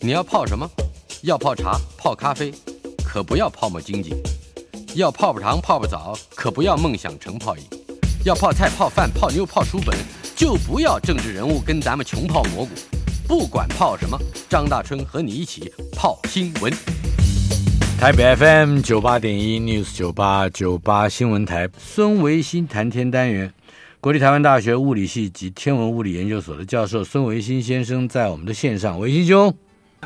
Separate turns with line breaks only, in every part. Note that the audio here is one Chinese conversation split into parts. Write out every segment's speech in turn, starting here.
你要泡什么？要泡茶、泡咖啡，可不要泡沫经济；要泡泡糖、泡泡澡，可不要梦想成泡影；要泡菜、泡饭、泡妞、泡书本，就不要政治人物跟咱们穷泡蘑菇。不管泡什么，张大春和你一起泡新闻。
台北 FM 九八点一 News 九八九八新闻台，孙维新谈天单元，国立台湾大学物理系及天文物理研究所的教授孙维新先生在我们的线上，维新兄。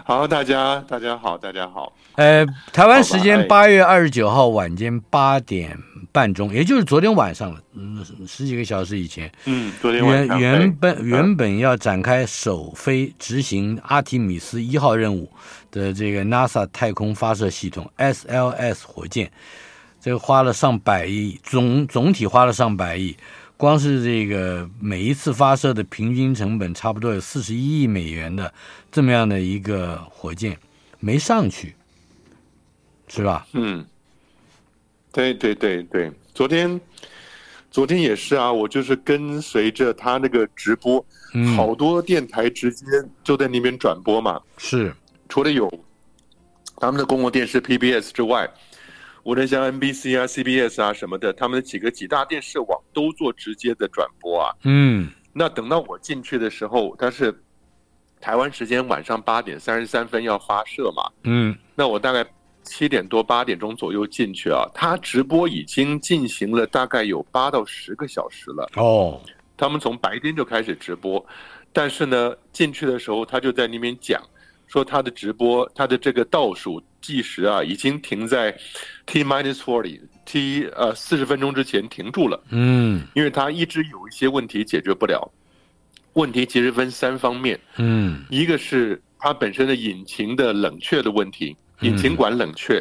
好，大家大家好，大家好。
呃，台湾时
好
间
吧哎
八月二十九号晚间八点半钟，也就是昨天晚上了，嗯，十几个小时以前，
嗯，昨天晚
原
上
原
对嗯
本原本要展开首飞执行阿提米斯一号任务的这个 NASA 太空发射系统 SLS 火箭，这个花了上百亿，总总体花了上百亿，光是这个每一次发射的平均成本差不多有四十一亿美元的这么样的一个火箭没上去，是吧？
嗯，对对对对，昨天昨天也是啊，我就是跟随着他那个直播，
嗯，
好多电台直接就在那边转播嘛。
是
除了有他们的公共电视 PBS 之外，无论像 NBC 啊、CBS 啊什么的，他们的几个几大电视网都做直接的转播啊。
嗯
那等到我进去的时候，它是台湾时间晚上八点三十三分要发射嘛，
嗯
那我大概七点多八点钟左右进去啊。他直播已经进行了大概有八到十个小时了，
哦
他们从白天就开始直播，但是呢，进去的时候他就在那边讲，说他的直播，他的这个倒数计时啊，已经停在 T minus forty T 呃四十分钟之前停住了。
嗯
因为他一直有一些问题解决不了。问题其实分三方面，
嗯
一个是它本身的引擎的冷却的问题，
嗯
引擎管冷却；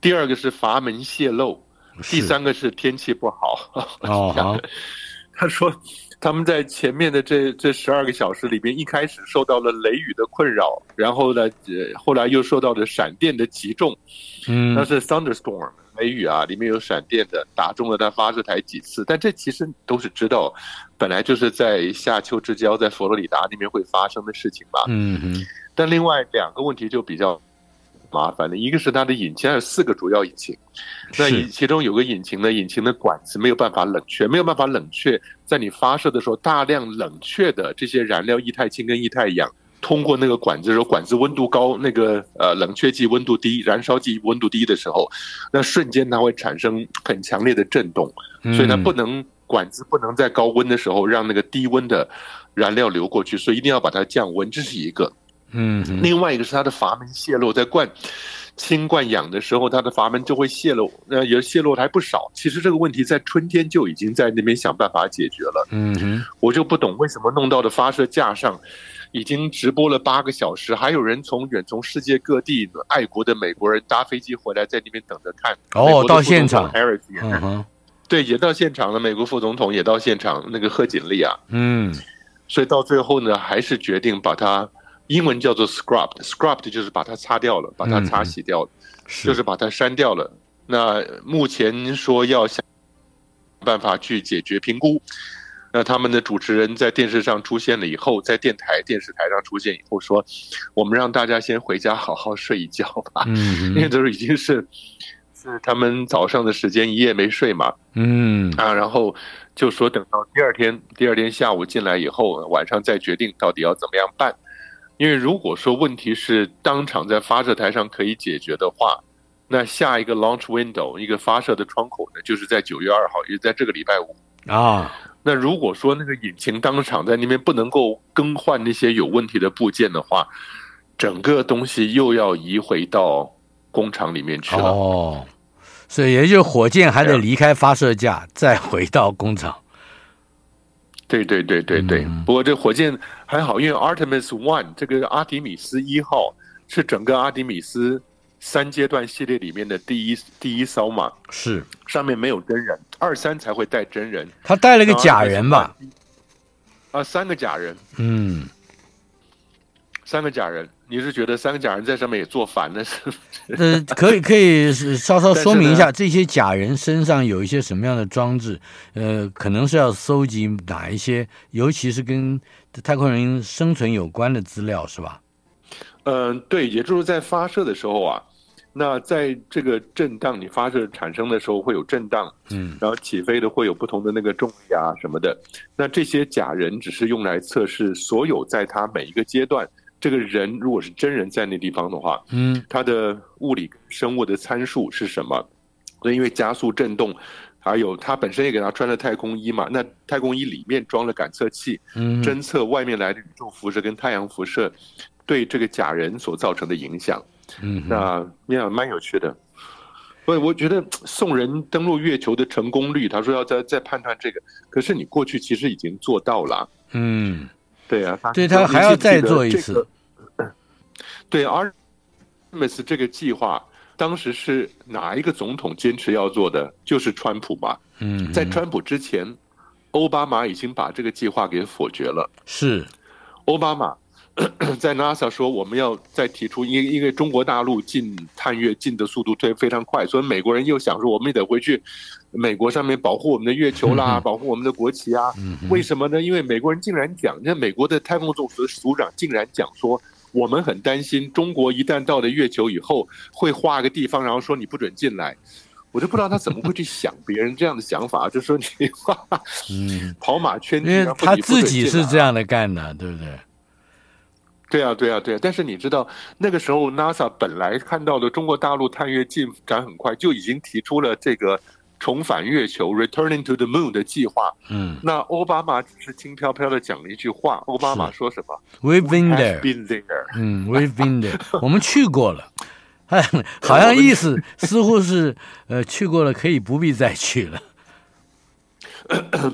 第二个是阀门泄漏；
是
第三个是天气不好。
哦好
他说，他们在前面的这这十二个小时里边，一开始受到了雷雨的困扰，然后呢，呃后来又受到了闪电的击中，
嗯
那是 thunderstorm 雷雨啊，里面有闪电的，打中了它发射台几次。但这其实都是知道，本来就是在夏秋之交，在佛罗里达那边会发生的事情嘛。
嗯哼。
但另外两个问题就比较麻烦了，一个是它的引擎，它有四个主要引擎，那
是
引其中有个引擎呢，引擎的管子没有办法冷却，没有办法冷却，在你发射的时候，大量冷却的这些燃料液态氢跟液态氧。通过那个管子的时候，管子温度高，那个呃冷却剂温度低，燃烧剂温度低的时候，那瞬间它会产生很强烈的震动。
嗯
所以它不能管子不能在高温的时候让那个低温的燃料流过去，所以一定要把它降温，这是一个。
嗯嗯
另外一个是它的阀门泄漏，在灌氢灌氧的时候，它的阀门就会泄漏，那也泄漏得还不少。其实这个问题在春天就已经在那边想办法解决了，
嗯哼
我就不懂为什么弄到的发射架上。已经直播了八个小时，还有人从远从世界各地爱国的美国人搭飞机回来，在那边等着看。美国
哦，
的
到
副总
现
统
场，
，Harris 也
嗯哼，
对，也到现场了。美国副总统也到现场，那个贺锦丽啊，
嗯
所以到最后呢，还是决定把它英文叫做 scrubbed，scrubbed 就是把它擦掉了，把它擦洗掉了，
嗯是
就是把它删掉了。那目前说要想办法去解决评估。那他们的主持人在电视上出现了以后，在电台、电视台上出现以后说：“我们让大家先回家好好睡一觉吧，
嗯
因为
哼
都是已经是是他们早上的时间，一夜没睡嘛。”
嗯
啊，然后就说等到第二天，第二天下午进来以后，晚上再决定到底要怎么样办。因为如果说问题是当场在发射台上可以解决的话，那下一个 launch window 一个发射的窗口呢，就是在九月二号，也就是在这个礼拜五。
啊
那如果说那个引擎当场在那边不能够更换那些有问题的部件的话，整个东西又要移回到工厂里面去了。
哦，所以也就是火箭还得离开发射架，再回到工厂。
对对对对对，
嗯
不过这火箭还好，因为 Artemis One 这个阿提米斯一号是整个阿提米斯三阶段系列里面的第一第一艘嘛，
是
上面没有真人，二三才会带真人，
他带了个假人吧？
啊、三个假人，
嗯，
三个假人，你是觉得三个假人在上面也做烦了 是不是？
呃，可以可以是稍稍
但是
说明一
呢
下，这些假人身上有一些什么样的装置？呃，可能是要搜集哪一些，尤其是跟太空人生存有关的资料，是吧？
嗯，对，也就是在发射的时候啊，那在这个震荡，你发射产生的时候会有震荡，
嗯
然后起飞的会有不同的那个重力啊什么的。那这些假人只是用来测试所有在它每一个阶段，这个人如果是真人在那地方的话，
嗯
它的物理生物的参数是什么？所以因为加速、振动，还有它本身也给它穿了太空衣嘛，那太空衣里面装了感测器，
嗯，
侦测外面来的宇宙辐射跟太阳辐射对这个假人所造成的影响。
嗯哼
那那蛮有趣的。不，我觉得送人登陆月球的成功率，他说要再再判断这个，可是你过去其实已经做到了啊。
嗯，
对啊，
对他还要再做一次。
这个对，Artemis 这个计划，当时是哪一个总统坚持要做的？就是川普嘛。
嗯，
在
嗯
川普之前，奥巴马已经把这个计划给否决了。
是嗯
奥巴马 在 NASA 说，我们要再提出，因为因为中国大陆进探月进的速度推非常快，所以美国人又想说，我们也得回去美国上面保护我们的月球
嗯
啦，保护我们的国旗啊。为什么呢？因为美国人竟然讲，那美国的太空总署署长竟然讲说。我们很担心，中国一旦到了月球以后，会划个地方，然后说你不准进来。我就不知道他怎么会去想别人这样的想法，就说你 画
嗯，
跑马圈
因
地，
为
然后
他
你不准
自己
进
是
来啊
这样的干的，对不对？
对啊，对啊，对啊！但是你知道，那个时候 NASA 本来看到的中国大陆探月进展很快，就已经提出了这个重返月球 （Returning to the Moon） 的计划。
嗯
那奥巴马只是轻飘飘的讲了一句话。奥巴马说什么
，We've been there，
？Has been there。
嗯，We've been there，我们 去过了。 哎，好像意思似乎是，呃，去过了，可以不必再去了。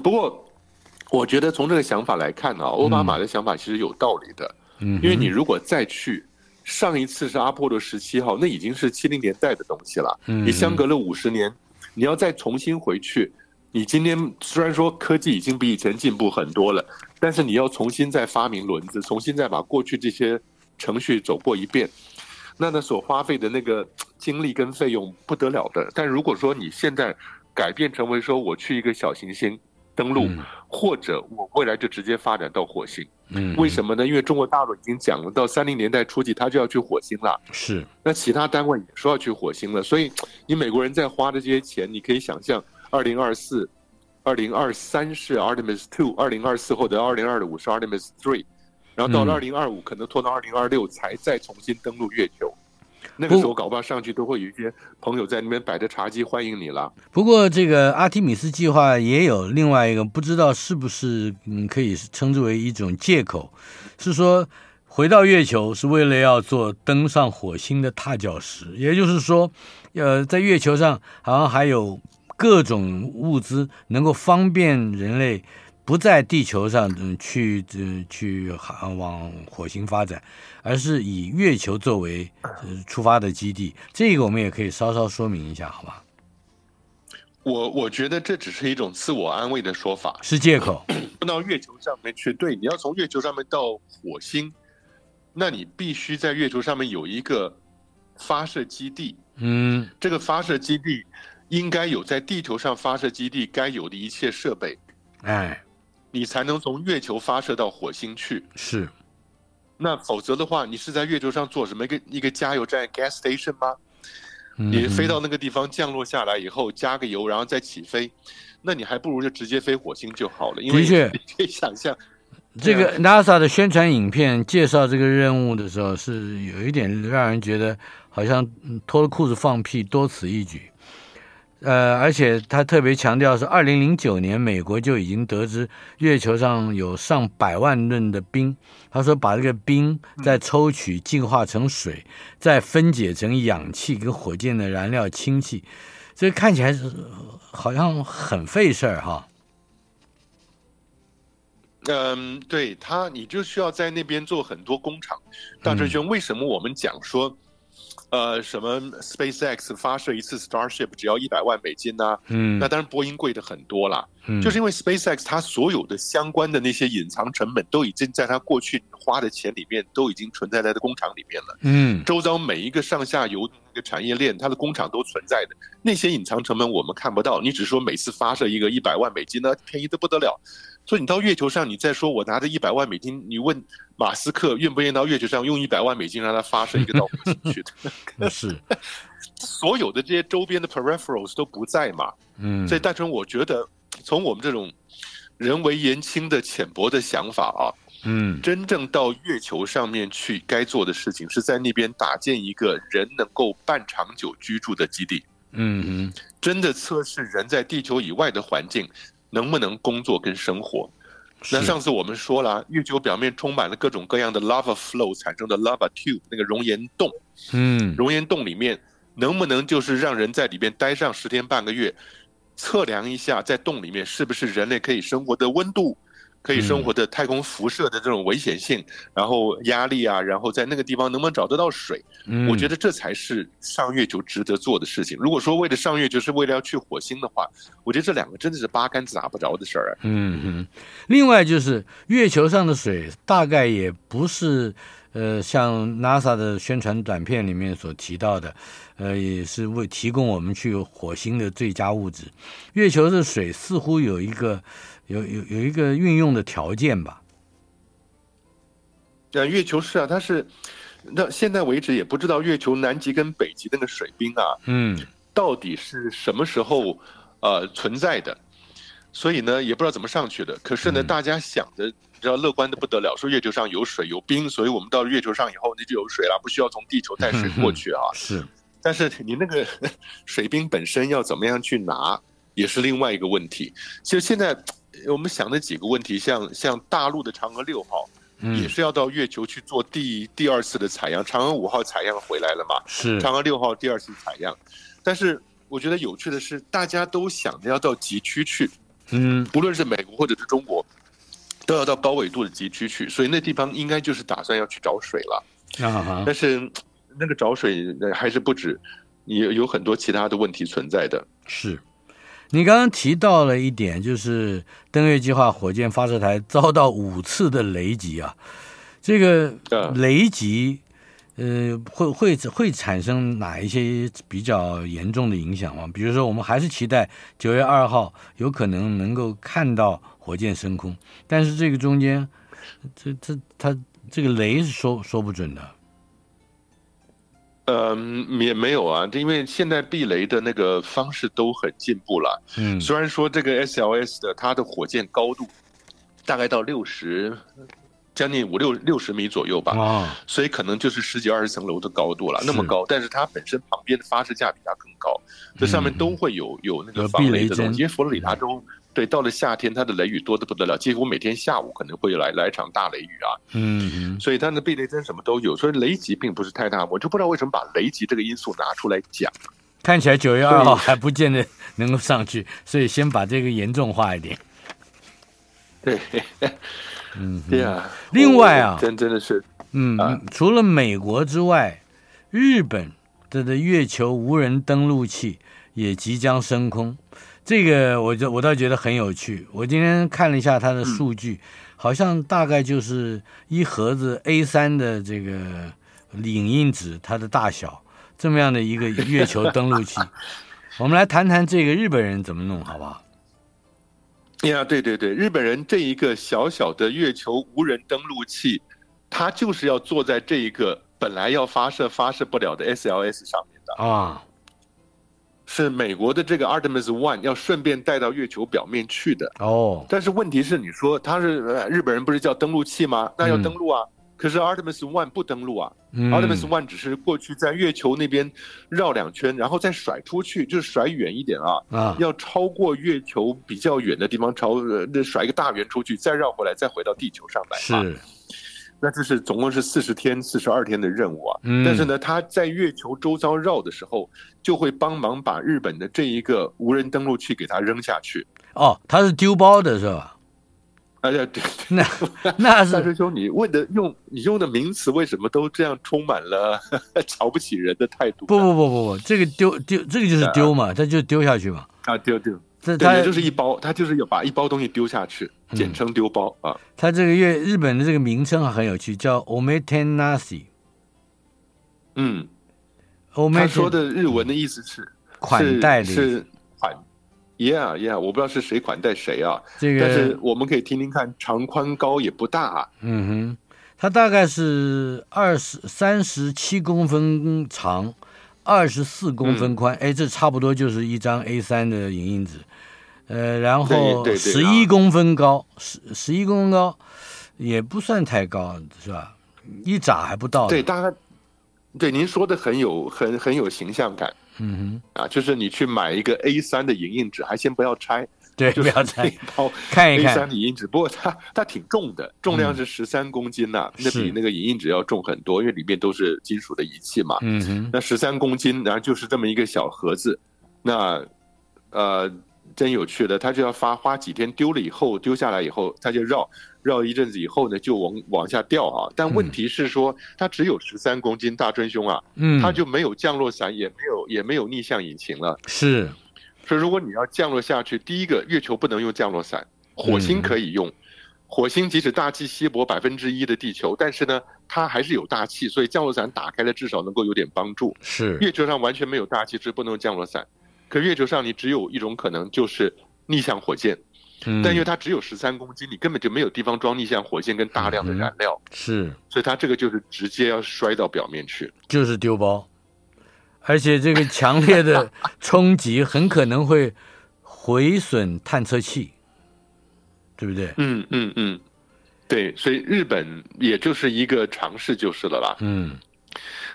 不过，我觉得从这个想法来看啊，奥巴马的想法其实有道理的，
嗯嗯哼，
因为你如果再去。上一次是阿波罗十七号，那已经是七零年代的东西了。
嗯
你相隔了五十年，你要再重新回去，你今天虽然说科技已经比以前进步很多了，但是你要重新再发明轮子，重新再把过去这些程序走过一遍，那呢所花费的那个精力跟费用不得了的。但如果说你现在改变成为说我去一个小行星登陆，
嗯
或者我未来就直接发展到火星，
嗯，
为什么呢？因为中国大陆已经讲了，到三零年代初期他就要去火星了。
是
那其他单位也说要去火星了，所以你美国人在花的这些钱，你可以想象，二零二四、二零二三是 Artemis Two，二零二四后的二零二五是 Artemis Three，然后到了二零二五可能拖到二零二六才再重新登陆月球。那个时候搞不好上去都会有一些朋友在那边摆着茶几欢迎你了。
不过，这个阿提米斯计划也有另外一个，不知道是不是嗯可以称之为一种借口，是说回到月球是为了要做登上火星的踏脚石，也就是说，呃，在月球上好像还有各种物资能够方便人类不在地球上嗯去嗯去啊往火星发展，而是以月球作为、呃、出发的基地，这个我们也可以稍稍说明一下，好吧？
我我觉得这只是一种自我安慰的说法，
是借口。
不到月球上面去，对，你要从月球上面到火星，那你必须在月球上面有一个发射基地，
嗯
这个发射基地应该有在地球上发射基地该有的一切设备，，
哎，
你才能从月球发射到火星去。
是，
那否则的话，你是在月球上做什么？一个一个加油站 （gas station） 吗？你
嗯
飞到那个地方降落下来以后，加个油，然后再起飞，那你还不如就直接飞火星就好了。因为
的确
你可以想象，
这个 NASA 的宣传影片介绍这个任务的时候，是有一点让人觉得好像嗯脱了裤子放屁，多此一举。呃，而且他特别强调是，二零零九年美国就已经得知月球上有上百万吨的冰，他说把这个冰再抽取、净化成水，再分解成氧气跟火箭的燃料氢气，这看起来是好像很费事儿哈。
嗯，对他，你就需要在那边做很多工厂。大
嗯
师兄，为什么我们讲说，呃，什么 SpaceX 发射一次 Starship 只要一百万美金呢、
嗯，
那当然波音贵的很多啦，
嗯
就是因为 SpaceX 它所有的相关的那些隐藏成本都已经在它过去花的钱里面都已经存在它的工厂里面了。
嗯
周遭每一个上下游的那个产业链，它的工厂都存在的。那些隐藏成本我们看不到，你只说每次发射一个一百万美金，那便宜的不得了。所以你到月球上，你再说我拿着一百万美金，你问马斯克愿不愿意到月球上用一百万美金让他发射一个到火星去的？
是，
所有的这些周边的 peripherals 都不在嘛。
嗯，
所以大成，我觉得从我们这种人为言轻的浅薄的想法啊，
嗯
真正到月球上面去该做的事情，是在那边搭建一个人能够半长久居住的基地，
嗯哼
真的测试人在地球以外的环境能不能工作跟生活。那
是
上次我们说了，啊月球表面充满了各种各样的 lava flow 产生的 lava tube 那个熔岩洞，
嗯
熔岩洞里面能不能就是让人在里面待上十天半个月，测量一下在洞里面是不是人类可以生活的温度，可以生活的太空辐射的这种危险性，然后压力啊，然后在那个地方能不能找得到水？
嗯，
我觉得这才是上月球值得做的事情。如果说为了上月球是为了要去火星的话，我觉得这两个真的是八竿子打不着的事儿。啊
嗯哼，另外就是月球上的水大概也不是，呃，像 NASA 的宣传短片里面所提到的，呃，也是为提供我们去火星的最佳物质。月球的水似乎有一个有有有一个运用的条件吧？
呃，月球是啊，它是。那现在为止也不知道月球南极跟北极那个水冰啊，
嗯
到底是什么时候呃存在的，所以呢也不知道怎么上去的。可是呢，大家想着你知道乐观的不得了，说月球上有水有冰，所以我们到月球上以后那就有水了，不需要从地球带水过去啊。
是，
但是你那个水冰本身要怎么样去拿，也是另外一个问题。其实现在我们想的几个问题，像像大陆的嫦娥六号。也
嗯
是要到月球去做第第二次的采样，嫦娥五号采样回来了嘛？
是，
嫦娥六号第二次采样。但是我觉得有趣的是，大家都想着要到极区去，
嗯
不论是美国或者是中国，都要到高纬度的极区去，所以那地方应该就是打算要去找水了。
啊哈
但是嗯那个找水呃还是不止，有有很多其他的问题存在的。
是。你刚刚提到了一点，就是登月计划火箭发射台遭到五次的雷击啊，这个
嗯
雷击，呃，会会会产生哪一些比较严重的影响吗？比如说，我们还是期待九月二号有可能能够看到火箭升空，但是这个中间，这这它这个雷是说说不准的，
嗯，也没有啊，因为现在避雷的那个方式都很进步了。
嗯
虽然说这个 SLS 的它的火箭高度大概到六十，将近五六六十米左右吧。
哦，
所以可能就是十几二十层楼的高度了，
是
那么高，但是它本身旁边的发射架比它更高，这上面
嗯
都会有有那
有
个
避
防
雷
雷的东
针
西。因为佛罗里达州对到了夏天，它的雷雨多的不得了，几乎每天下午可能会来来一场大雷雨啊，
嗯
所以它的避雷针什么都有，所以雷击并不是太大。我就不知道为什么把雷击这个因素拿出来讲。
看起来九月二号还不见得能够上去，所以先把这个严重化一点。
对，
嗯，
对呀。
另外啊
我真真的是，
嗯
啊，
除了美国之外，日本的的月球无人登陆器也即将升空，这个我就我倒觉得很有趣。我今天看了一下它的数据，好像大概就是一盒子 A 3的这个影印纸，它的大小这么样的一个月球登陆器。我们来谈谈这个日本人怎么弄，好不好？
呀，对对对，日本人这一个小小的月球无人登陆器，它就是要坐在这一个本来要发射发射不了的 SLS 上面的，
啊，
是美国的这个 Artemis One 要顺便带到月球表面去的。
哦，
但是问题是，你说它是呃日本人不是叫登陆器吗？那要
嗯
登陆啊，可是 Artemis One 不登陆啊，
嗯
Artemis One 只是过去在月球那边绕两圈，然后再甩出去，就是甩远一点啊，
啊，
要超过月球比较远的地方，朝呃那甩一个大圆出去，再绕回来，再回到地球上来。，啊
是，
那这是总共是四十天、四十二天的任务啊。
嗯
但是呢，它在月球周遭绕的时候，就会帮忙把日本的这一个无人登陆器给它扔下去。
哦，它是丢包的是吧？
哎呀，对，
那那
大
是
师兄，你问的用你用的名词为什么都这样充满了 瞧不起人的态度呢？
不不不不不，这个丢丢这个就是丢嘛，它就丢下去嘛。
啊，对对。
这
啊对，
它
也就是一包，它就是要把一包东西丢下去，
嗯
简称丢包啊。
它这个月日本的这个啊名称很有趣，叫 Ometenasi。
嗯，
欧美
他说的日文的意思是
款待的意
是
思
是款，Yeah Yeah，我不知道是谁款待谁啊，
这个，
但是我们可以听听看，长宽高也不大、啊
嗯哼，它大概是二十三十七公分长，二十四公分宽，
嗯
哎、这差不多就是一张 A 三的影印纸。呃，然后
对对对
十
啊
一公分高，十十一公分高，也不算太高，是吧？一拃还不到。
对，，大家对您说的很有很很有形象感
嗯
啊，就是你去买一个 A 三的影印纸，还先不要拆，
哼，对，
就
不
是
要拆
那，包
看一
A
哎看嗯
三。的影印纸，不过它它挺重的，重量是十三公斤呐、那
是
比那个影印纸要重很多，因为里面都是金属的仪器嘛。
嗯哼，
那十三公斤，然后就是这么一个小盒子，那呃，真有趣的，它就要发花几天丢了以后，丢下来以后，它就绕绕一阵子以后呢，就往往下掉啊。但问题是说，它只有十三公斤，大真凶啊，
嗯，
它就没有降落伞，也没有也没有逆向引擎了。
是，
所以如果你要降落下去，第一个月球不能用降落伞，火星可以用。火星即使大气稀薄百分之一的地球，但是呢，它还是有大气，所以降落伞打开了至少能够有点帮助。
是，
月球上完全没有大气，是不能用降落伞。可月球上你只有一种可能，就是逆向火箭，
嗯
但因为它只有十三公斤，你根本就没有地方装逆向火箭跟大量的燃料，
是，
所以它这个就是直接要摔到表面去。
就是丢包，而且这个强烈 的冲击很可能会毁损探测器，对不对？
嗯嗯嗯，对，所以日本也就是一个尝试就是了啦。
嗯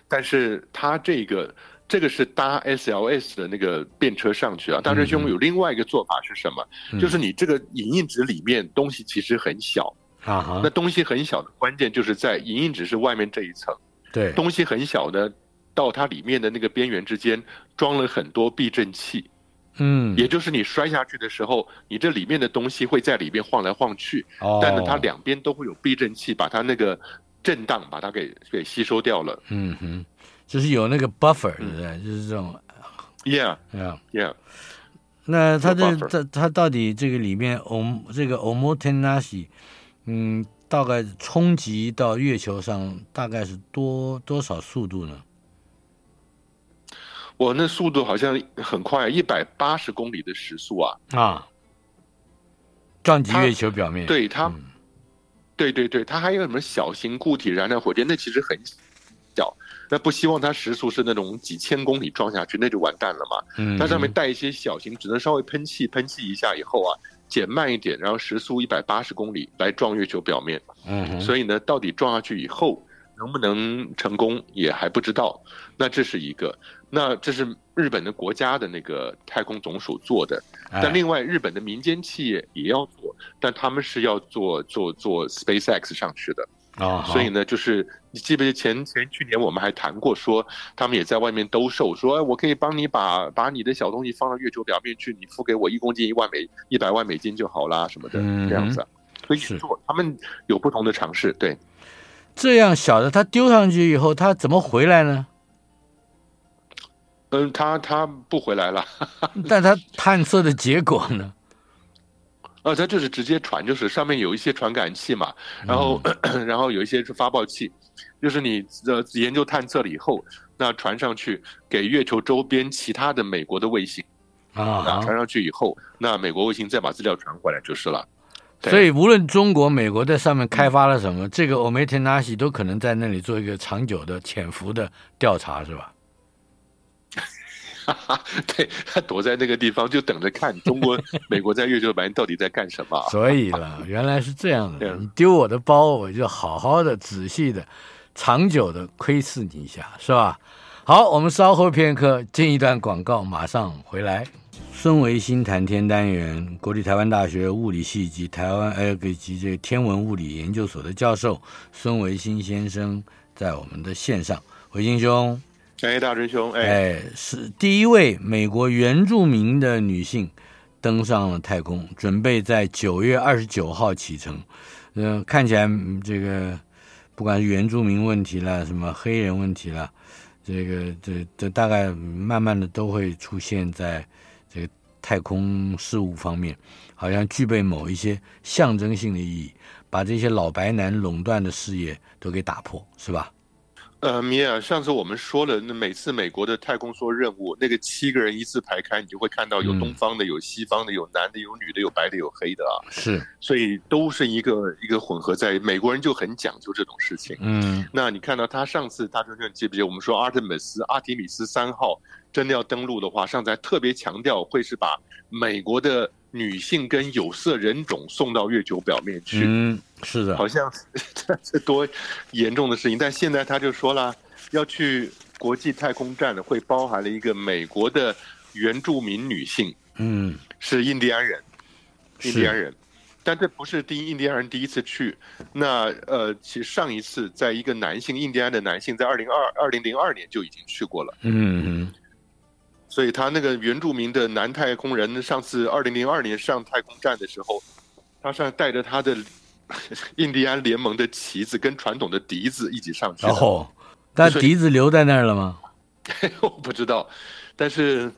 但是它这个这个是搭 SLS 的那个便车上去啊。大师兄有另外一个做法是什么？
嗯
就是你这个影印纸里面东西其实很小，
啊哈
那，东西很小的关键就是在影印纸是外面这一层，
对，
东西很小呢，到它里面的那个边缘之间装了很多避震器，
嗯，
也就是你摔下去的时候，你这里面的东西会在里面晃来晃去，
哦，
但是它两边都会有避震器把它那个震荡把它给给吸收掉了。
嗯哼，就是有那个 buffer，对
嗯
不对？就是这种
Yeah,
啊。
yeah，
那它这
有 buffer
它它到底这个里面 om 这个 omotenashi，嗯，大概冲击到月球上大概是多多少速度呢？
我那速度好像很快，一百八十公里的时速啊！
啊，撞击
它
月球表面，
对它
嗯，
对对对，它还有什么小型固体燃料火箭？那其实很小，那不希望它时速是那种几千公里撞下去，那就完蛋了嘛。
嗯，
它上面带一些小型，只能稍微喷气，喷气一下以后啊，减慢一点，然后时速一百八十公里来撞月球表面。
嗯哼，
所以呢，到底撞下去以后能不能成功也还不知道。那这是一个，那这是日本的国家的那个太空总署做的。但
哎
另外，日本的民间企业也要做，但他们是要做做做 SpaceX 上去的。
哦，好
所以呢，就是你记不记得前前去年我们还谈过说，他们也在外面兜售，说哎我可以帮你把把你的小东西放到月球表面去，你付给我一公斤一万美一百万美金就好啦什么的
嗯哼
这样子啊。所以
是
做他们有不同的尝试，对。
这样小的，它丢上去以后，它怎么回来 呢？
嗯，他他不回来了，
但它探测的结果呢？
呃，他就是直接传，就是上面有一些传感器嘛，然后、 然后有一些是发报器，就是你呃研究探测了以后，那传上去给月球周边其他的美国的卫星，
啊
啊，
哈，
传上去以后，那美国卫星再把资料传回来就是了。 对
所以无论中国、美国在上面开发了什么，这个 Ometenashi 都可能在那里做一个长久的、潜伏的调查，是吧？
哈哈，对他躲在那个地方就等着看中 国、美国在月球表面到底在干什么啊。
所以了，原来是这样的。
对
你丢我的包，我就好好的、仔细的、长久的窥视你一下，是吧？好，我们稍后片刻进一段广告，马上回来。孙维新谈天单元，国立台湾大学物理系及台湾呃及这个天文物理研究所的教授孙维新先生在我们的线上，维新兄。
哎，大真兄，哎，
哎，是第一位美国原住民的女性登上了太空，准备在九月二十九号启程。嗯、看起来嗯这个不管是原住民问题啦，什么黑人问题啦，这个这这大概慢慢的都会出现在这个太空事务方面，好像具备某一些象征性的意义，把这些老白男垄断的事业都给打破，是吧？
呃，米娅，上次我们说了，那每次美国的太空梭任务，那个七个人一字排开，你就会看到有
嗯
东方的，有西方的，有男的，有女的，有白的，有黑的啊，
是，
所以都是一个一个混合在。美国人就很讲究这种事情。
嗯
那你看到他上次大春春记不记得我们说阿特美斯阿提米斯三号真的要登陆的话，上次还特别强调会是把美国的女性跟有色人种送到月球表面去，
嗯，是的，
好像这这多严重的事情。但现在他就说了，要去国际太空站的会包含了一个美国的原住民女性，
嗯
是印第安人，
是
印第安人。但这不是第一印第安人第一次去，那呃，其实上一次在一个男性印第安的男性在二零二二零零二年就已经去过了，
嗯
所以他那个原住民的南太空人上次二零零二年上太空站的时候，他上带着他的印第安联盟的旗子跟传统的笛子一起上去
然
的，
后，但
所以
笛子留在那儿了吗？
我不知道，但是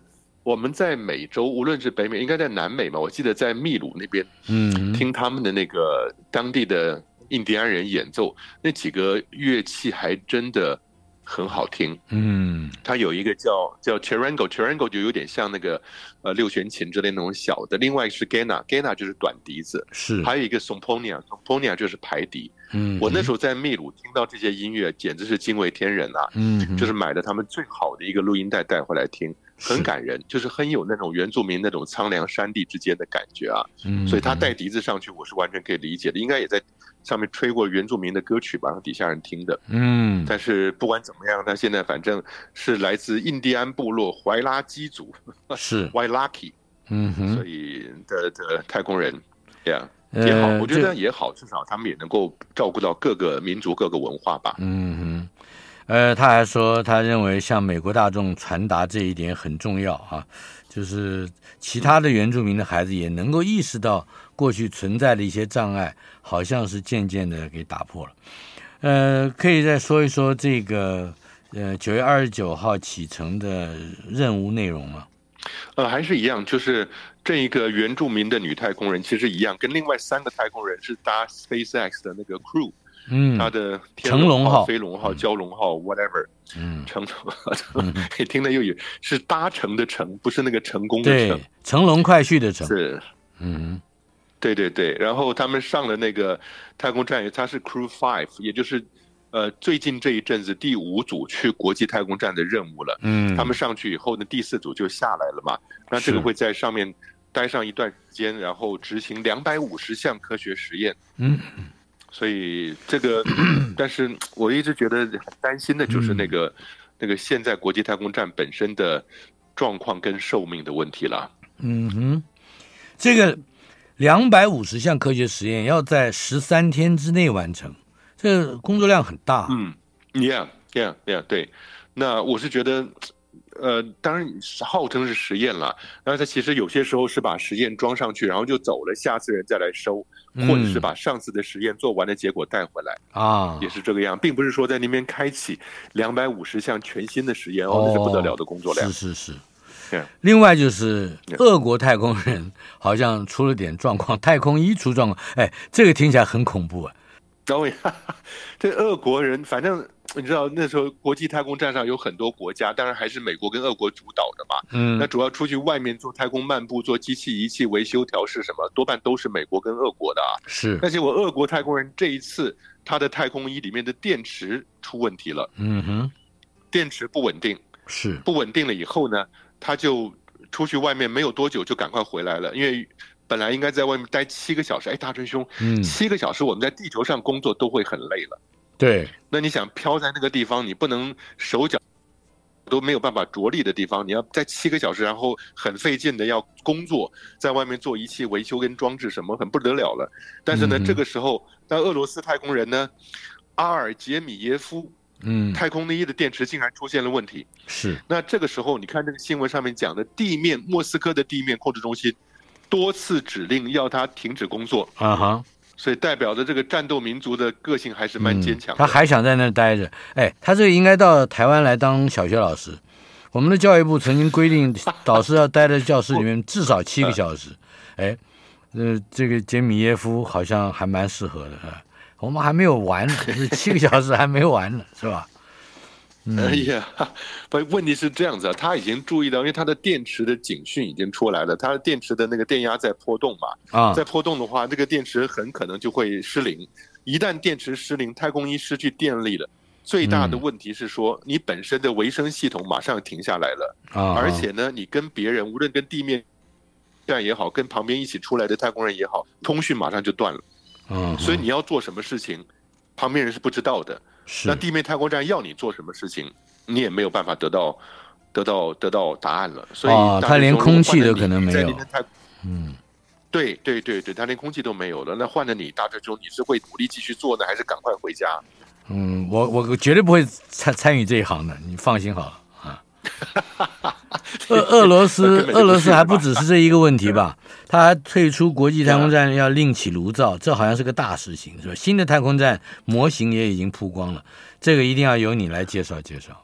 我们在美洲，无论是北美，应该在南美嘛，我记得在秘鲁那边
嗯，
听他们的那个当地的印第安人演奏，那几个乐器还真的很好听。
嗯
它有一个叫叫 charango，charango 就有点像那个呃六弦琴之类那种小的，另外是 gana，gana 就是短笛子，
是，
还有一个 somponia，somponia 啊就是排笛。
嗯，
我那时候在秘鲁听到这些音乐，简直是惊为天人啊！
嗯
就是买了他们最好的一个录音带带回来听，很
是
感人，就是很有那种原住民那种苍凉山地之间的感觉啊。
嗯
所以他带笛子上去，我是完全可以理解的，应该也在上面吹过原住民的歌曲吧，让底下人听的。
嗯
但是不管怎么样，他现在反正是来自印第安部落怀拉基族
是
（Wailaki），
嗯
所
哼
以的的太空人。这样也好，
呃
我觉得也好，至少他们也能够照顾到各个民族、各个文化吧。
嗯哼，呃，他还说，他认为向美国大众传达这一点很重要啊，就是其他的原住民的孩子也能够意识到过去存在的一些障碍，好像是渐渐的给打破了。呃，可以再说一说这个呃九月二十九号启程的任务内容吗？
呃，还是一样，就是这一个原住民的女太空人，其实一样，跟另外三个太空人是搭 SpaceX 的那个 crew，
嗯
它的天
成龙号
飞龙号、蛟龙号，whatever，
嗯，
成龙， 听的又有是搭乘的乘，不是那个成功的
对
乘，，
乘龙快婿的乘，
是。
嗯
对对对，然后他们上了那个太空站，它是 Crew Five，也就是呃最近这一阵子第五组去国际太空站的任务了。
嗯，
他们上去以后呢，第四组就下来了嘛。那这个
是
会在上面待上一段时间，然后执行两百五十项科学实验。
嗯
所以这 个，但是我一直觉得很担心的就是那个、
嗯
那个现在国际太空站本身的状况跟寿命的问题了。
嗯哼，这个两百五十项科学实验要在十三天之内完成，这个工作量很大。
嗯，Yeah Yeah Yeah，对。那我是觉得，呃，当然号称是实验了，但是它其实有些时候是把实验装上去，然后就走了，下次人再来收，或者是把上次的实验做完的结果带回来，
啊
也，是这个样，并不是说在那边开启两百五十项全新的实验哦，那是不得了的工作量
是。是是。
Yeah
另外就是
，Yeah
俄国太空人好像出了点状况，太空衣出状况，哎，这个听起来很恐怖啊。
然后也 这俄国人，反正你知道那时候国际太空站上有很多国家，当然还是美国跟俄国主导的嘛。那
嗯
主要出去外面做太空漫步、做机器仪器维修调试什么，多半都是美国跟俄国的啊。
是，
那结果俄国太空人这一次他的太空衣里面的电池出问题了，
嗯哼，
电池不稳定，
是，
不稳定了以后呢，他就出去外面没有多久就赶快回来了，因为本来应该在外面待七个小时。哎，大真兄，
嗯，
七个小时我们在地球上工作都会很累了，
对，
那你想飘在那个地方，你不能手脚。都没有办法着力的地方，你要在七个小时，然后很费劲的要工作，在外面做仪器维修跟装置什么，很不得了了。但是呢，
嗯哼
这个时候，那俄罗斯太空人呢，阿尔杰米耶夫
嗯，
太空内衣的电池竟然出现了问题。
是，
那这个时候，你看这个新闻上面讲的，地面莫斯科的地面控制中心多次指令要他停止工作，
啊哈，嗯
所以代表着这个战斗民族的个性还是蛮坚强的。
他还想在那儿待着，哎，他这个应该到台湾来当小学老师。我们的教育部曾经规定，导师要待在教室里 面至少七个小时。哎，呃，这个杰米耶夫好像还蛮适合的啊。我们还没有完呢，就是七个小时还没完呢，是吧？
哎呀， 不，问题是这样子啊，他已经注意到，因为它的电池的警讯已经出来了，它的电池的那个电压在波动嘛，
啊
在波动的话，这个电池很可能就会失灵。一旦电池失灵，太空衣失去电力了。最大
嗯
的问题是说，你本身的维生系统马上停下来了，
啊！
而且呢，你跟别人，无论跟地面站也好，跟旁边一起出来的太空人也好，通讯马上就断了。
嗯，
所以你要做什么事情，旁边人是不知道的。
是
那地面太空站要你做什么事情，你也没有办法得到得到得到答案了。所以
哦
大
它
家
连
说如果
空
换
气
了
都
你
可能没
在那
有
边太
嗯
对对对对，他连空气都没有了。那换了你，大追兄，你是会努力继续做呢，还是赶快回家？
嗯，我我绝对不会参参与这一行的，你放心好了 啊。俄俄罗斯
根本就不
俄罗斯
是
还
吧
不只是这一个问题吧？他还退出国际太空站，要另起炉灶，这好像是个大事情，是吧？新的太空站模型也已经曝光了，这个一定要由你来介绍介绍。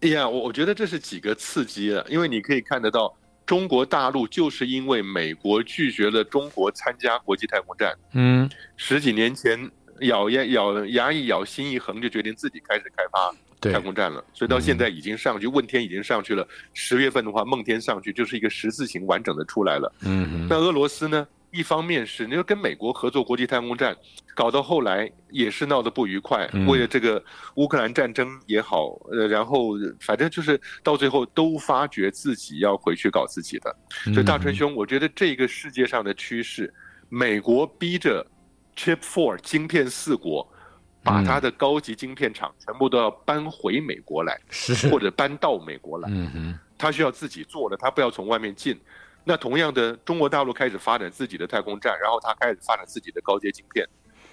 哎呀，我我觉得这是几个刺激啊，因为你可以看得到，中国大陆就是因为美国拒绝了中国参加国际太空站，
嗯
十几年前咬牙咬牙一咬，心一横，就决定自己开始开发
对嗯
太空站了。所以到现在已经上去，问天已经上去了，十月份的话，梦天上去就是一个十字形完整的出来了。
嗯
那俄罗斯呢？一方面是你说跟美国合作国际太空站，搞到后来也是闹得不愉快
嗯，
为了这个乌克兰战争也好，呃，然后呃反正就是到最后都发觉自己要回去搞自己的。
哼，
所以大春兄，我觉得这个世界上的趋势，美国逼着 Chip Four 晶片四国把它的高级晶片厂全部都要搬回美国来，
是
或者搬到美国来。
嗯哼
他需要自己做的，他不要从外面进。那同样的，中国大陆开始发展自己的太空站，然后他开始发展自己的高阶晶片。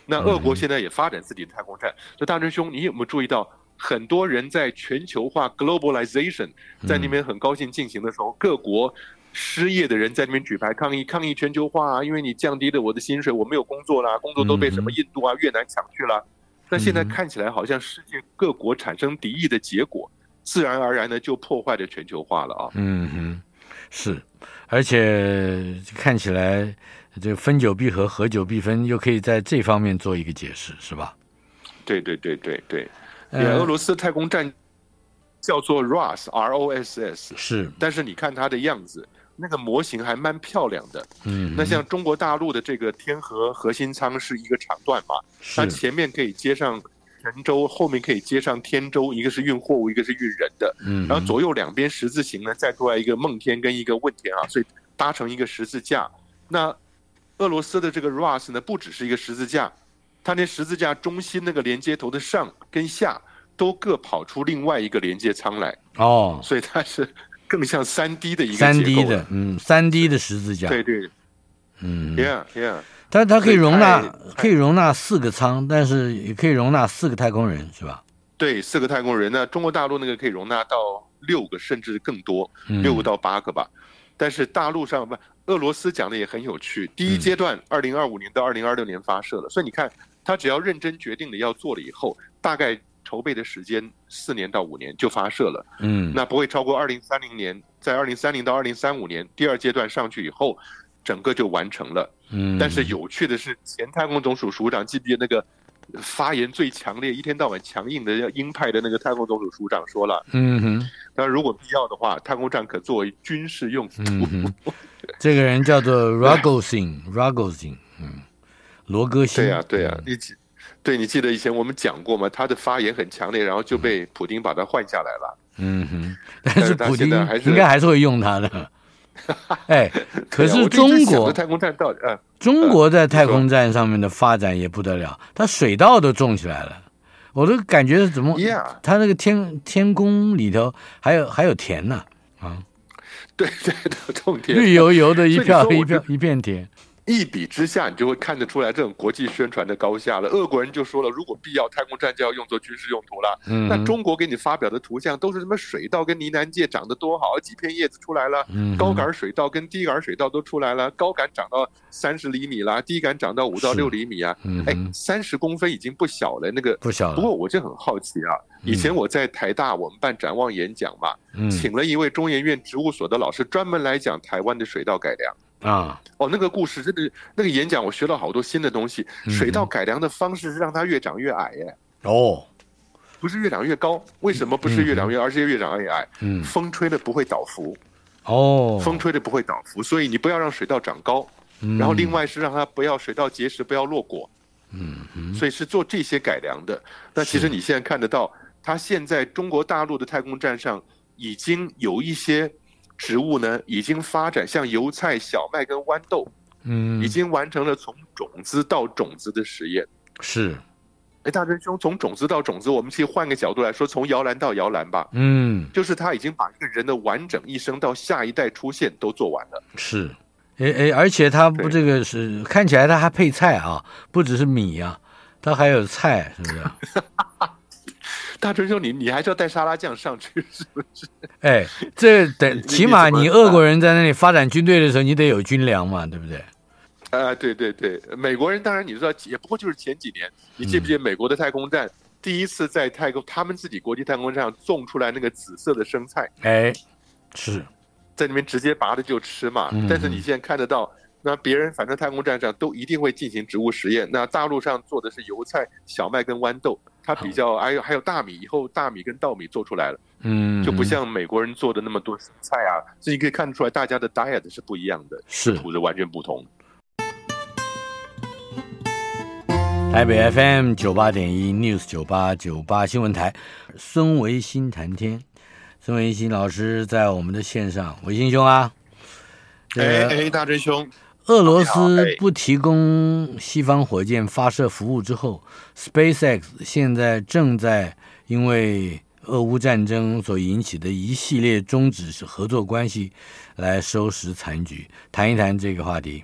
那俄国现在也发展自己的太空站。那大真兄，你有没有注意到，很多人在全球化 （globalization） 在那边很高兴进行的时候，各国失业的人在那边举牌抗议，抗议全球化啊，因为你降低了我的薪水，我没有工作啦，工作都被什么
嗯
印度啊、越南抢去了。那现在
嗯
看起来好像世界各国产生敌意的结果，自然而然的就破坏了全球化了啊。
嗯哼，是，而且看起来这分久必合，合久必分，又可以在这方面做一个解释，是吧？
对对对对对，
呃
也俄罗斯太空站叫做 ROSS R O S S，
是，
但是你看它的样子，那个模型还蛮漂亮的。
嗯，
那像中国大陆的这个天河核心舱是一个长段嘛，它
是，
前面可以接上神舟，后面可以接上天舟，一个是运货物，一个是运人的。
嗯，
然后左右两边十字形呢，再出来一个梦天跟一个问天啊，所以搭成一个十字架。那俄罗斯的这个 RUS 呢，不只是一个十字架，它连十字架中心那个连接头的上跟下都各跑出另外一个连接舱来，
哦，
所以它是 更像三 D 的一个
三
结
D
构
的
了，，
嗯，三 D 的十字架，
对对
嗯，
，Yeah Yeah，
它它可以容纳
所以太
可以容纳四个舱，但是也可以容纳四个太空人，是吧？
对，四个太空人呢，中国大陆那个可以容纳到六个甚至更多，
嗯
六到八个吧。但是大陆上不，俄罗斯讲的也很有趣。第一
嗯
阶段，二零二五年到二零二六年发射了，所以你看，他只要认真决定了要做了以后，大概筹备的时间四年到五年就发射了，
嗯，
那不会超过二零三零年，在二零三零到二零三五年第二阶段上去以后，整个就完成了。
嗯，
但是有趣的是，前太空总署署长记不记得那个发言最强烈、一天到晚强硬的鹰派的那个太空总署署长说了，
嗯哼
那如果必要的话，太空站可作为军事用途。
嗯哼，这个人叫做 Rogozin，Rogozin，嗯，罗戈辛，
对呀、对啊呀、你记，对你记得以前我们讲过吗？他的发言很强烈，然后就被普京把他换下来了。
嗯哼，但
但
是
是他
普京
现在还是
应该还是会用它 的。哎，可
对呀
是
我就
中
一直想
国
着太空站到底，嗯，
中国在太空站上面的发展也不得了，它水稻都种起来了，我都感觉怎么
Yeah
它那个天天宫里头还有还有田呢，
对 对对，重
绿
点
油油的一票
所以
一
你说
票
我
一片田，
一比之下，你就会看得出来这种国际宣传的高下了。俄国人就说了，如果必要，太空站就要用作军事用途了。
嗯，
那中国给你发表的图像都是什么水稻跟呢喃芥长得多好，几片叶子出来了，
嗯
高杆水稻跟低杆水稻都出来了，高杆长到三十厘米啦，低杆长到五到
是
六厘米啊，
嗯
哎
哼，啊
三十公分已经不小了。那个
不小了，
不过我就很好奇啊，以前我在台大我们办展望演讲嘛，
嗯
请了一位中研院植物所的老师专门来讲台湾的水稻改良。
啊，
哦，那个故事真的，那个演讲我学了好多新的东西。
嗯
水稻改良的方式是让它越长越矮，哎，
哦，
不是越长越高，为什么不是越长越高，而是越长越矮？
嗯，
风吹的不会倒伏，
哦，
风吹的不会倒伏，所以你不要让水稻长高，然后另外是让它不要水稻结实，不要落果，
嗯，嗯嗯
所以是做这些改良的。那其实你现在看得到，它现在中国大陆的太空站上已经有一些植物呢，已经发展像油菜、小麦跟豌豆，
嗯，
已经完成了从种子到种子的实验。
是，
哎，大真兄，从种子到种子，我们其实换个角度来说，从摇篮到摇篮吧，
嗯
就是他已经把一个人的完整一生到下一代出现都做完了。
是，哎哎，而且它不
对
这个是看起来它还配菜啊，不只是米啊，它还有菜，是不啊是？
大真兄，你你还是要带沙拉酱上去，是不是？
哎， 这得
你
起码
你怎么
你俄国人在那里发展军队的时候，你得有军粮嘛，对不对？
啊，对对对，美国人当然你知道，也不过就是前几年，你记不
嗯
记得美国的太空站第一次在太空，他们自己国际太空站上种出来那个紫色的生菜，
哎，是，
在那边直接拔着就吃嘛
嗯。
但是你现在看得到，那别人反正太空站上都一定会进行植物实验。那大陆上做的是油菜、小麦跟豌豆，它比较还有还有大米，以后大米跟稻米做出来了，
嗯，
就不像美国人做的那么多生菜啊。所以你可以看出来，大家的 diet 是不一样的，
是
土是完全不同的。
台北 FM 九八点一 News 九八九八新闻台，孙维新谈天，孙维新老师在我们的线上，维新兄啊，这
哎
个
哎，大真兄，
俄罗
你好
斯
哎
不提供西方火箭发射服务之后，SpaceX 现在正在因为俄乌战争所引起的一系列终止合作关系来收拾残局。谈一谈这个话题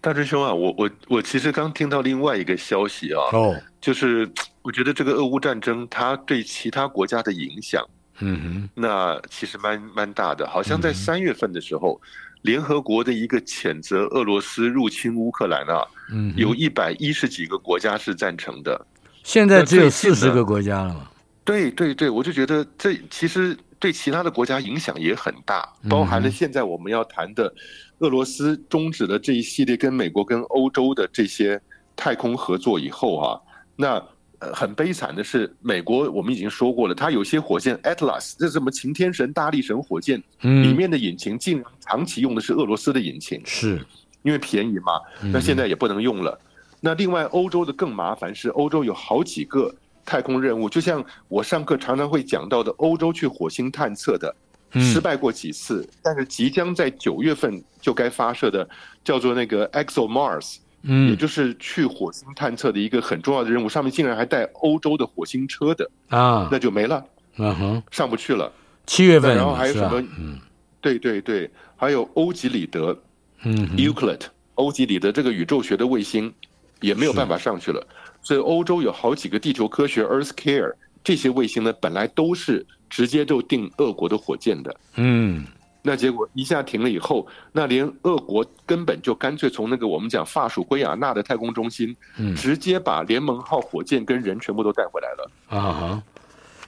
大真兄啊，我我我其实刚听到另外一个消息啊，
哦，
就是我觉得这个俄乌战争它对其他国家的影响，
嗯
那其实蛮蛮大的。好像在三月份的时候，联合国的一个谴责俄罗斯入侵乌克兰啊，
哼，嗯哼，
有一百一十几个国家是赞成的。
现在只有
那最
四
近
十
呢
个国家了嘛？
对对对，我就觉得这其实对其他的国家影响也很大，包含了现在我们要谈的俄罗斯终止了这一系列跟美国跟欧洲的这些太空合作以后啊，那。呃，很悲惨的是，美国我们已经说过了，它有些火箭 Atlas，这是什么擎天神、大力神火箭里
嗯，
面的引擎，竟然长期用的是俄罗斯的引擎，
是，
因为便宜嘛。嗯
嗯
那现在也不能用了。那另外，欧洲的更麻烦是，欧洲有好几个太空任务，就像我上课常常会讲到的，欧洲去火星探测的
嗯
失败过几次，但是即将在九月份就该发射的，叫做那个 ExoMars，也
嗯
就是去火星探测的一个很重要的任务，上面竟然还带欧洲的火星车的，
啊，
那就没了，
嗯哼，
上不去了。
七月份
然后还有
是吧
什么？
嗯
对对对，还有欧几里得，
嗯哼
Euclid 欧几里得这个宇宙学的卫星也没有办法上去了，所以欧洲有好几个地球科学 EarthCare 这些卫星呢，本来都是直接就定俄国的火箭的，
嗯
那结果一下停了以后，那连俄国根本就干脆从那个我们讲法属圭亚那的太空中心，
嗯
直接把联盟号火箭跟人全部都带回来了。
啊哈，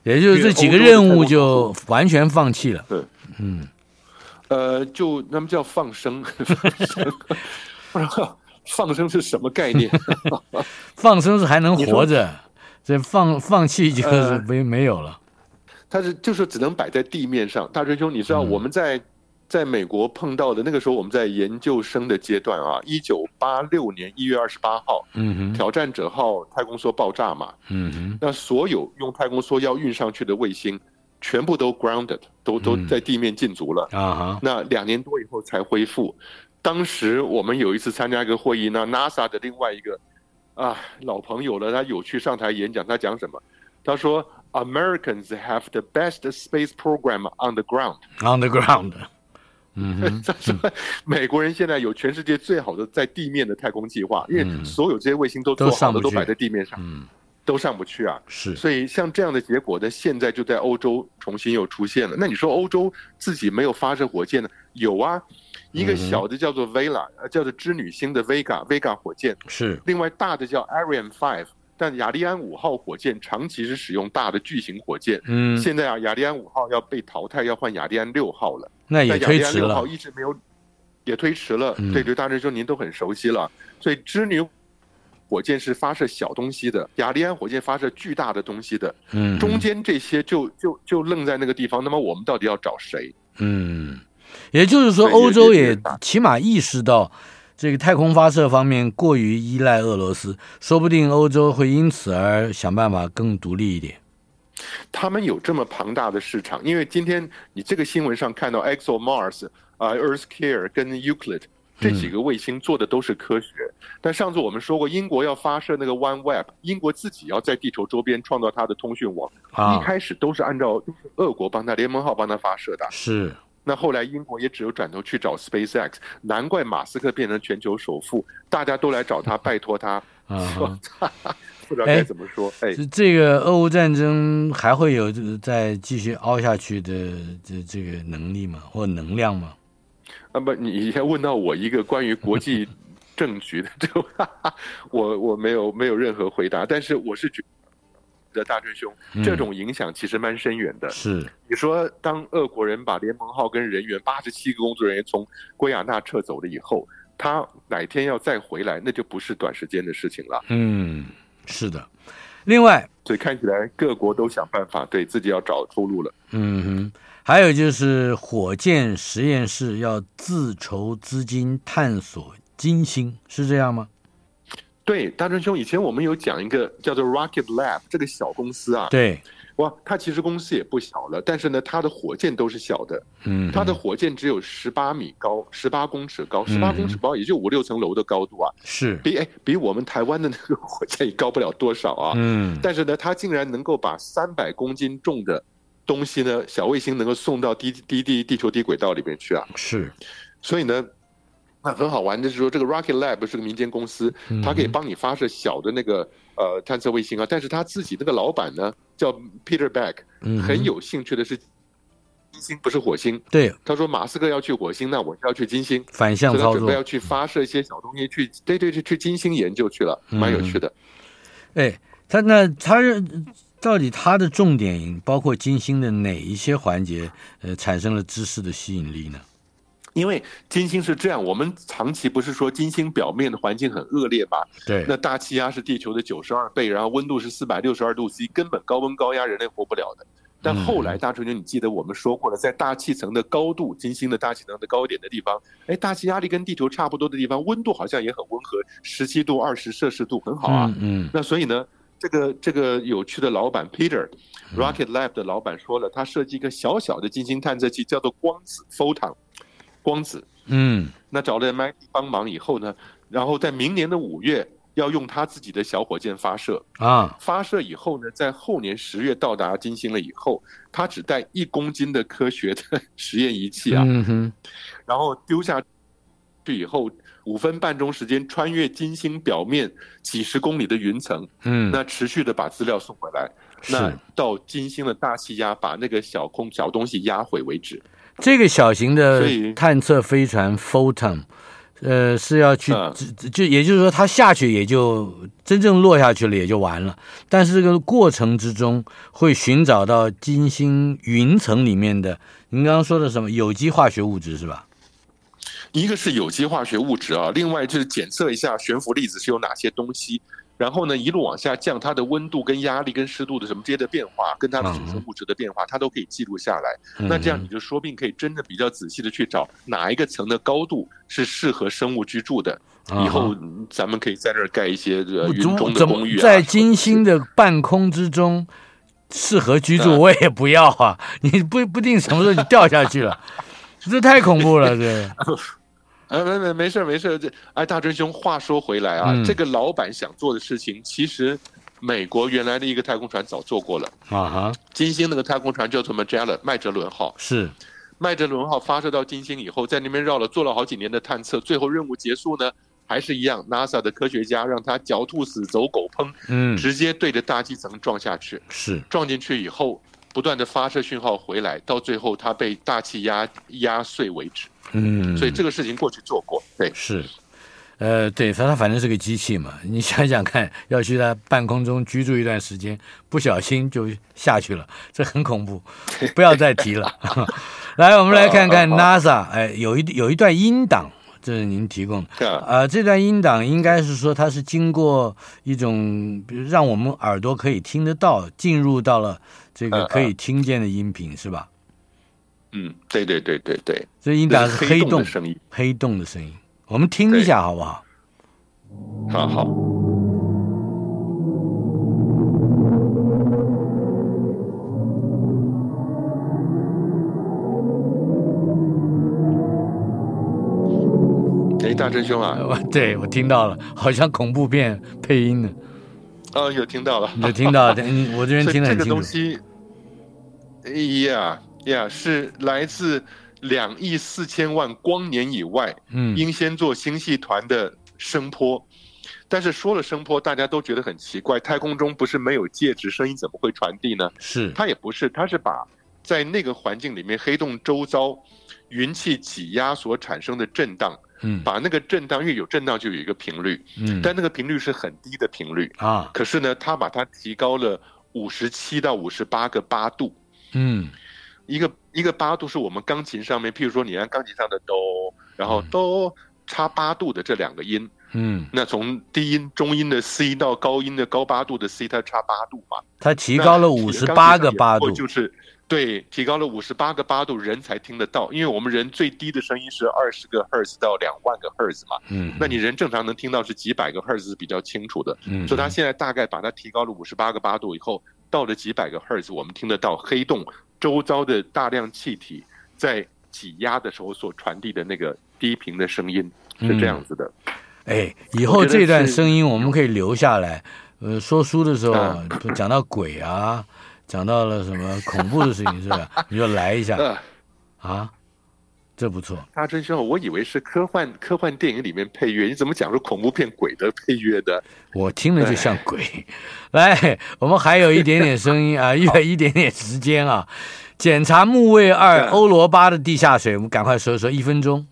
也就是这几个任务就完全放弃了。
对，
嗯，
呃，就那么叫放生， 放生不知道放生是什么概念？
放生是还能活着，这放放弃就是
呃
没、没有了。
它是就是只能摆在地面上。大春兄，你知道我们
嗯
在、在美国碰到的那个时候，我们在研究生的阶段啊，一九八六年一月二十八号，
嗯哼，
挑战者号太空梭爆炸嘛，
嗯哼，
那所有用太空梭要运上去的卫星，全部都 grounded，都都
嗯
在地面禁足了。
啊哈，
那两年多以后才恢复。当时我们有一次参加一个会议，那 NASA 的另外一个啊老朋友了，他有去上台演讲，他讲什么？他说：“Americans have the best space program on the ground。
，on the ground。嗯哼，
他说美国人现在有全世界最好的在地面的太空计划，因为所有这些卫星都
嗯都
做好
上不
的，都
去
摆在地面上，
嗯，
都上不去啊。
是，
所以像这样的结果呢，现在就在欧洲重新又出现了。那你说欧洲自己没有发射火箭呢？有啊，
嗯
一个小的叫做 Vela，、呃叫做织女星的 Vega Vega 火箭，
是，
另外大的叫 Ariane Five，但雅利安五号火箭长期是使用大的巨型火箭。
嗯，
现在啊，雅利安五号要被淘汰，要换雅利安六号了。
那也
但雅利
推
安
迟
六号
了。
一直没有，也推迟了。
嗯
对对，大致就您都很熟悉了。所以织女火箭是发射小东西的，雅利安火箭发射巨大的东西的，
嗯，
中间这些就就就愣在那个地方。那么我们到底要找谁？
嗯，也就是说，
对
欧洲
也
也起码意识到这个太空发射方面过于依赖俄罗斯，说不定欧洲会因此而想办法更独立一点。
他们有这么庞大的市场，因为今天你这个新闻上看到 EXO Mars 啊、Earth Care 跟 Euclid
嗯
这几个卫星做的都是科学。但上次我们说过，英国要发射那个 OneWeb，英国自己要在地球周边创造它的通讯网，
啊
一，开始都是按照都是俄国帮他联盟号帮他发射的。
是，
那后来英国也只有转头去找 SpaceX，难怪马斯克变成全球首富，大家都来找他，拜托他，
啊哈，
不知道该
哎
怎么说。哎，
这这个俄乌战争还会有这个再继续凹下去的这这个能力吗？或能量吗？
那么啊你先问到我一个关于国际政局的这 个，我我没有没有任何回答，但是我是觉得大真兄
嗯
这种影响其实蛮深远的。
是，
你说，当俄国人把联盟号跟人员八十七个工作人员从圭亚那撤走了以后，他哪天要再回来，那就不是短时间的事情了。
嗯，是的。另外，
所以看起来各国都想办法对自己要找出路了。
嗯哼，还有就是火箭实验室要自筹资金探索金星，是这样吗？
对，大真兄，以前我们有讲一个叫做 Rocket Lab 这个小公司啊，
对，
哇，它其实公司也不小了，但是呢，它的火箭都是小的，
嗯，
它的火箭只有十八米高，十八公尺高，十
嗯
八公尺高也就五六层楼的高度啊，
是，
比哎比我们台湾的那个火箭也高不了多少啊。
嗯，
但是呢，它竟然能够把三百公斤重的东西呢，小卫星能够送到低低地地球低轨道里面去啊，
是，
所以呢。那很好玩的是说，这个 Rocket Lab 是个民间公司，
嗯
它可以帮你发射小的那个呃探测卫星啊。但是他自己那个老板呢，叫 Peter Beck，
嗯，
很有兴趣的是金星，不是火星。
对
他说马斯克要去火星，那我就要去金星，
反
所
向
以他
操
准备
作
要，去发射一些小东西去，对对对，去金星研究去
嗯
了，蛮有趣的。
哎，他那他是到底他的重点包括金星的哪一些环节，呃，产生了知识的吸引力呢？
因为金星是这样，我们长期不是说金星表面的环境很恶劣嘛？
对，
那大气压是地球的九十二倍，然后温度是四百六十二度 C，根本高温高压人类活不了的。但后来大春兄，你记得我们说过了，在大气层的高度，金星的大气层的高一点的地方，哎，大气压力跟地球差不多的地方，温度好像也很温和，十七度、二十摄氏度，很好啊。
嗯
那所以呢，这个这个有趣的老板 Peter Rocket Lab 的老板说了，他设计一个小小的金星探测器，叫做光子 photon，光子。
嗯
那找了 MIT 帮忙以后呢，然后在明年的五月要用他自己的小火箭发射，
嗯啊，
发射以后呢，在后年十月到达金星了以后，他只带一公斤的科学的实验仪器啊，
嗯哼，
然后丢下去以后。五分半钟时间穿越金星表面几十公里的云层，
嗯，
那持续的把资料送回来，那
是
到金星的大气压把那个小空小东西压毁为止。
这个小型的
所以
探测飞船 Photon，呃，是要去、
嗯
就就也就是说，它下去也就真正落下去了，也就完了。但是这个过程之中，会寻找到金星云层里面的您刚刚说的什么有机化学物质是吧？
一个是有机化学物质啊，另外就是检测一下悬浮粒子是有哪些东西，然后呢一路往下降，它的温度、跟压力、跟湿度的什么这些的变化，跟它的组
嗯
成物质的变化，它都可以记录下来。那这样你就说不定可以真的比较仔细的去找哪一个层的高度是适合生物居住的。
啊
以后嗯咱们可以在那儿盖一些呃
不
云
怎
中
么
的
怎
公
么
寓啊，
在金星的半空之中。适合居
嗯
住，我也不要啊！ 你不不定什么时候你掉下去了，这太恐怖了，这
呃，没没没事儿没事儿，这哎，大真兄，话说回来啊，
嗯
这个老板想做的事情，其实美国原来的一个太空船早做过了。
啊哈
金星那个太空船叫做 Magellan 麦哲伦号，
是
麦哲伦号发射到金星以后，在那边绕了做了好几年的探测，最后任务结束呢，还是一样，NASA 的科学家让他狡兔死走狗烹，
嗯
直接对着大气层撞下去。
是
撞进去以后，不断的发射讯号回来，到最后它被大气压压碎为止。
嗯，
所以这个事情过去做过，对。
是，呃，对，它它反正是个机器嘛，你想想看，要去在半空中居住一段时间，不小心就下去了，这很恐怖， 不要再提了。来，我们来看看
啊好
NASA，哎、有一有一段音档，这是您提供的。
啊，
呃，这段音档应该是说它是经过一种比如让我们耳朵可以听得到，进入到了这个
嗯
可以听见的音频，是吧？
嗯，对对对对对，
这音档
这
是
是
黑
黑洞
洞
的，声音。
黑洞的声音，我们听一下好不好？
好好，哎，大真兄啊，
呃对，我听到了，好像恐怖片配音呢，
哦，有听到了，
你就听到，嗯我这人
所以
听得
这
很
个
清
东
楚。
西，哎呀呀，是来自两亿四千万光年以外
嗯
英仙座星系团的声波。但是说了声波，大家都觉得很奇怪，太空中不是没有介质，声音怎么会传递呢？
是，
它也不是，它是把在那个环境里面黑洞周遭云气挤压所产生的震荡，
嗯
把那个震荡，因为有震荡就有一个频率，
嗯
但那个频率是很低的频率，
啊，
可是呢，它把它提高了五十七到五十八个八度，
嗯
一个一个八度是我们钢琴上面，譬如说你按钢琴上的哆，然后哆差八度的这两个音，
嗯，
那从低音、中音的 C 到高音的高八度的 C，它差八度嘛，
它提高了
那
五十
钢琴
八
上
个
也
八度
不过，就是对，提高了五十八个八度，人才听得到，因为我们人最低的声音是二十个赫兹到两万个赫兹嘛，
嗯，
那你人正常能听到是几百个赫兹比较清楚的，
嗯
所以它现在大概把它提高了五十八个八度以后，到了几百个赫兹，我们听得到黑洞周遭的大量气体在挤压的时候所传递的那个低频的声音是
嗯
这样子的。
哎，以
我
后
觉得
这段
是
声音我们可以留下来。呃，说书的时候
啊
不讲到鬼啊，讲到了什么恐怖的事情是吧？ 你就来一下
呃，
啊，这不错。
大真兄，我以为是科幻科幻电影里面配乐，你怎么讲出恐怖片鬼的配乐的？
我听了就像鬼。 来，我们还有一点点声音 啊，约一点点时间啊。检查木卫二
对啊
欧罗巴的地下水，我们赶快说一说，一分钟。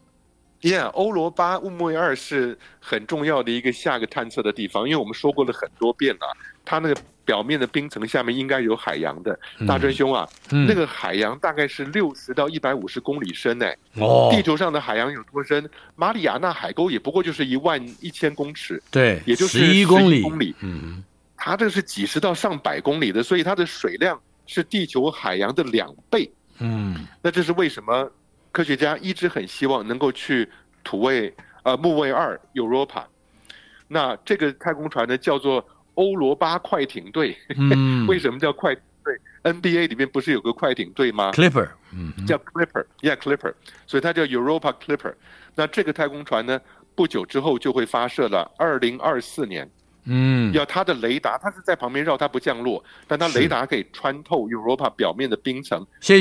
Yeah，欧罗巴乌木卫二是很重要的一个下个探测的地方，因为我们说过了很多遍了、它那个表面的冰层下面应该有海洋的。大真兄啊，
嗯，
那个海洋大概是六十到一百五十公里深呢、
哦，
地球上的海洋有多深？马里亚纳海沟也不过就是一万一千公尺，
对，
也就是
11公里，
11公里
嗯，
它这是几十到上百公里的，所以它的水量是地球海洋的两倍。
嗯
那这是为什么？科学家一直很希望能够去土卫呃木卫二 Europa，那这个太空船呢叫做欧罗巴快艇队。
嗯
为什么叫快艇队？NBA 里面不是有个快艇队吗？
，Clipper，嗯哼
叫 Clipper，Yeah Clipper，所以它叫 Europa Clipper。那这个太空船呢，不久之后就会发射了，二零二四年。
嗯，
要它的雷达，它是在旁边绕，它不降落，但它
是
雷达可以穿透 Europa 表面的冰层，
谢谢。